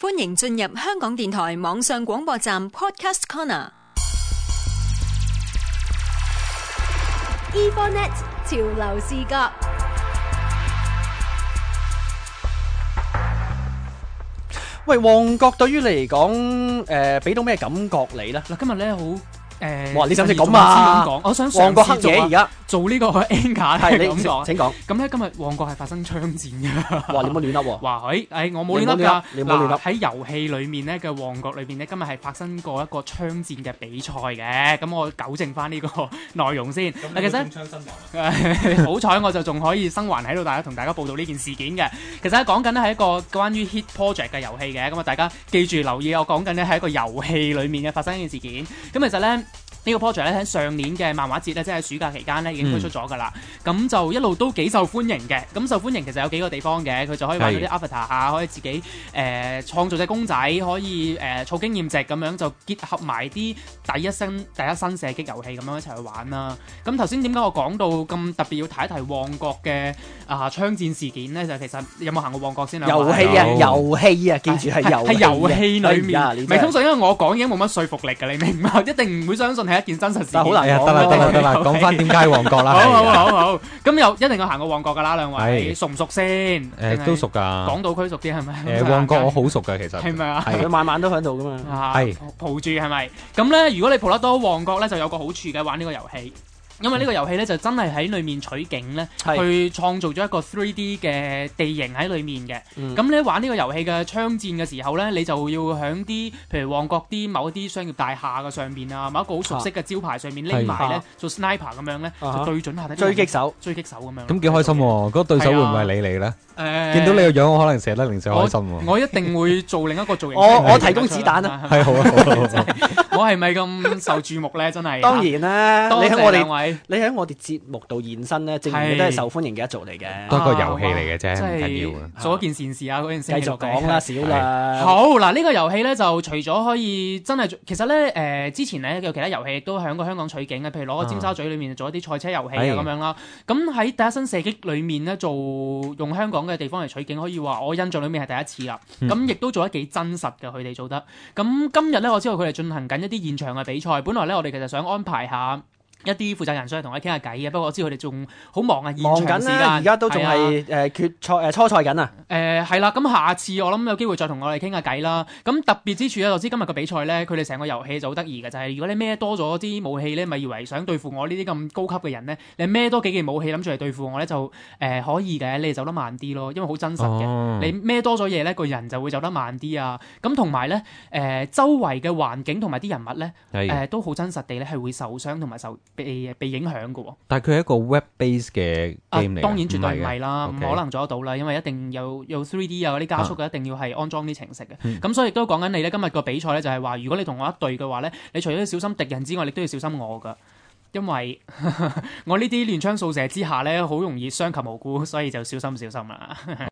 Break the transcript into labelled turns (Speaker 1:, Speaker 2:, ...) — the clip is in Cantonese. Speaker 1: 歡迎進入香港電台網上廣播站 Podcast Corner。
Speaker 2: Evonet 潮流視覺，
Speaker 3: 喂，旺角對於你嚟講，誒、俾到咩感覺你咧？
Speaker 4: 嗱，今日咧好誒，
Speaker 3: 哇你使唔使咁啊
Speaker 4: 慎
Speaker 3: 旺
Speaker 4: 而重之咁講我想上
Speaker 3: 角黑嘢
Speaker 4: 嘢
Speaker 3: 而家
Speaker 4: 做呢個 anchor
Speaker 3: 係
Speaker 4: 係
Speaker 3: 你
Speaker 4: 咁講。
Speaker 3: 請講。
Speaker 4: 咁咧今日旺角係發生槍 戰嘅。
Speaker 3: 哇，你冇亂噏喎。
Speaker 4: 哇！喺誒，我冇亂
Speaker 3: 你
Speaker 4: 笠
Speaker 3: 冇亂噏
Speaker 4: 㗎。
Speaker 3: 你冇亂噏
Speaker 4: 嗱喺遊戲裏面咧嘅旺角裏邊咧，今日係發生過一個槍戰嘅比賽嘅。咁我糾正翻呢個 內容先。嗱，其實誒 好彩我就仲可以生還喺度，大家同大家報道呢件事件嘅。其實咧講緊咧係一個關於 Hit Project 嘅遊戲嘅。咁啊，大家記住留意我講緊咧係一個遊戲裏面嘅發生一件事件。咁其實咧。呢個 project 咧喺上年嘅漫畫節咧，即係暑假期間咧已經推出咗㗎啦。咁、就一路都幾受歡迎嘅。咁受歡迎其實有幾個地方嘅，佢就可以玩到啲 avatar 啊，可以自己誒、呃、創造隻公仔，可以誒、呃、儲經驗值咁樣，就結合埋啲第一身第一身射擊遊戲咁樣一齊去玩啦。咁頭先點解我講到咁特別要提一提旺角嘅啊槍戰事件咧？就其實有冇行過旺角先兩位
Speaker 3: 遊戲啊，遊戲啊，記住係遊
Speaker 4: 喺遊戲裏
Speaker 3: 哎呀
Speaker 4: 面，
Speaker 3: 你
Speaker 4: 唔
Speaker 3: 真係
Speaker 4: 係通常因為我講已經冇乜說服力嘅，你明嘛？一定唔會相信係一件真實事件。
Speaker 3: 但係好難
Speaker 5: 哎呀，得啦得啦得啦，講翻點解旺角啦，
Speaker 4: 好啊好
Speaker 5: 係啊
Speaker 4: 好好，咁又一定有行過旺角噶啦，兩位
Speaker 5: 係
Speaker 4: 熟唔熟先？
Speaker 5: 誒都，熟噶，
Speaker 4: 港島區熟啲係咪？
Speaker 5: 誒旺角我好熟噶，其實
Speaker 4: 係咪啊？
Speaker 3: 佢
Speaker 5: 係
Speaker 3: 晚晚都喺度噶嘛。
Speaker 4: 啊
Speaker 5: 係
Speaker 4: 抱住係咪？咁咧，如果你蒲得多旺角咧，就有個好處嘅玩呢個遊戲，因為呢個遊戲咧就真係喺裏面取景咧，
Speaker 3: 係，
Speaker 4: 去創造咗一個 3D 嘅地形喺裏面嘅。
Speaker 3: 嗯
Speaker 4: 咁咧玩呢個遊戲嘅槍戰嘅時候咧，你就要喺啲譬如旺角啲某一啲商業大廈嘅上面啊，某一個好熟悉嘅招牌上面拎埋咧
Speaker 3: 啊
Speaker 4: 做 sniper 咁樣咧，
Speaker 3: 啊
Speaker 4: 就
Speaker 3: 哈
Speaker 4: 對準下睇
Speaker 3: 追擊手
Speaker 4: 追擊手咁樣。
Speaker 5: 咁幾開心喎，嗰個對手會唔會係你嚟咧？
Speaker 4: 誒
Speaker 5: 見到你個樣，我可能射得零舍開心喎，
Speaker 4: 啊我一定會做另一個造型。
Speaker 3: 我我提供子彈啊！
Speaker 5: 係好啊好啊，
Speaker 4: 我係咪咁受注目咧？真 係
Speaker 3: 當然啦，
Speaker 4: 多
Speaker 3: 你喺
Speaker 4: 謝
Speaker 3: 我
Speaker 4: 兩
Speaker 3: 哋，
Speaker 4: 位。
Speaker 3: 你喺我哋節目度現身咧，證明
Speaker 4: 係
Speaker 3: 你都係受歡迎嘅一族嚟
Speaker 5: 都
Speaker 3: 嘅。
Speaker 5: 係個遊戲嚟嘅啫，
Speaker 4: 啊真
Speaker 5: 唔緊要
Speaker 4: 係
Speaker 5: 嘅。
Speaker 4: 做一件善事啊！嗰件事
Speaker 3: 繼續講啦，少啦。
Speaker 4: 好嗱，呢、個遊戲咧就除咗可以真係，其實咧誒、呃之前咧有其他遊戲都喺個香港取景嘅，譬如攞個尖沙咀裏面做一啲賽車遊戲啊
Speaker 5: 係
Speaker 4: 咁樣啦。咁喺第一身射擊裏面咧做用香港嘅地方嚟取景，可以話我印象裏面係第一次啦。
Speaker 5: 嗯
Speaker 4: 咁亦都做得幾真實嘅，佢哋做得。咁今日咧我知道佢哋進行緊一啲現場嘅比賽，本來咧我哋其實想安排下。一啲負責人上嚟同我哋傾下偈嘅，不過我知佢哋仲好忙啊，現
Speaker 3: 忙
Speaker 4: 場
Speaker 3: 緊
Speaker 4: 時間
Speaker 3: 啦，而家都仲
Speaker 4: 係啊
Speaker 3: 係誒決賽誒初賽緊啊。
Speaker 4: 誒係啦，咁下次我諗有機會再同我哋傾下偈啦。咁特別之處咧，就知今日嘅比賽咧，佢哋成個遊戲就好得意嘅，就係、如果你孭多咗啲武器咧，咪以為想對付我呢啲咁高級嘅人咧，你孭多幾件武器諗住嚟對付我咧，就誒、可以嘅，你哋走得慢啲咯，因為好真實嘅。
Speaker 5: 哦
Speaker 4: 你孭多咗嘢咧，個人就會走得慢啲啊。咁同埋咧，誒、周圍嘅環境同埋啲人物咧，誒、
Speaker 5: 係，
Speaker 4: 都好真實地咧係會受傷同埋受被被影響嘅喎。
Speaker 5: 但係佢係一個 web base 嘅
Speaker 4: 啊，
Speaker 5: game 嚟嘅，
Speaker 4: 當然絕對唔
Speaker 5: 係嘅
Speaker 4: 係啦，唔
Speaker 5: OK
Speaker 4: 可能做得到啦，因為一定有有 3D 啊嗰啲加速嘅，一定要係安裝啲程式嘅。
Speaker 5: 嗯
Speaker 4: 咁所以亦都講緊你咧，今日個比賽咧就係話，如果你同我一隊嘅話咧，你除咗要小心敵人之外，你都要小心我噶。因為 我呢啲亂槍掃射之下咧，好容易傷及無辜，所以就小心小心啦。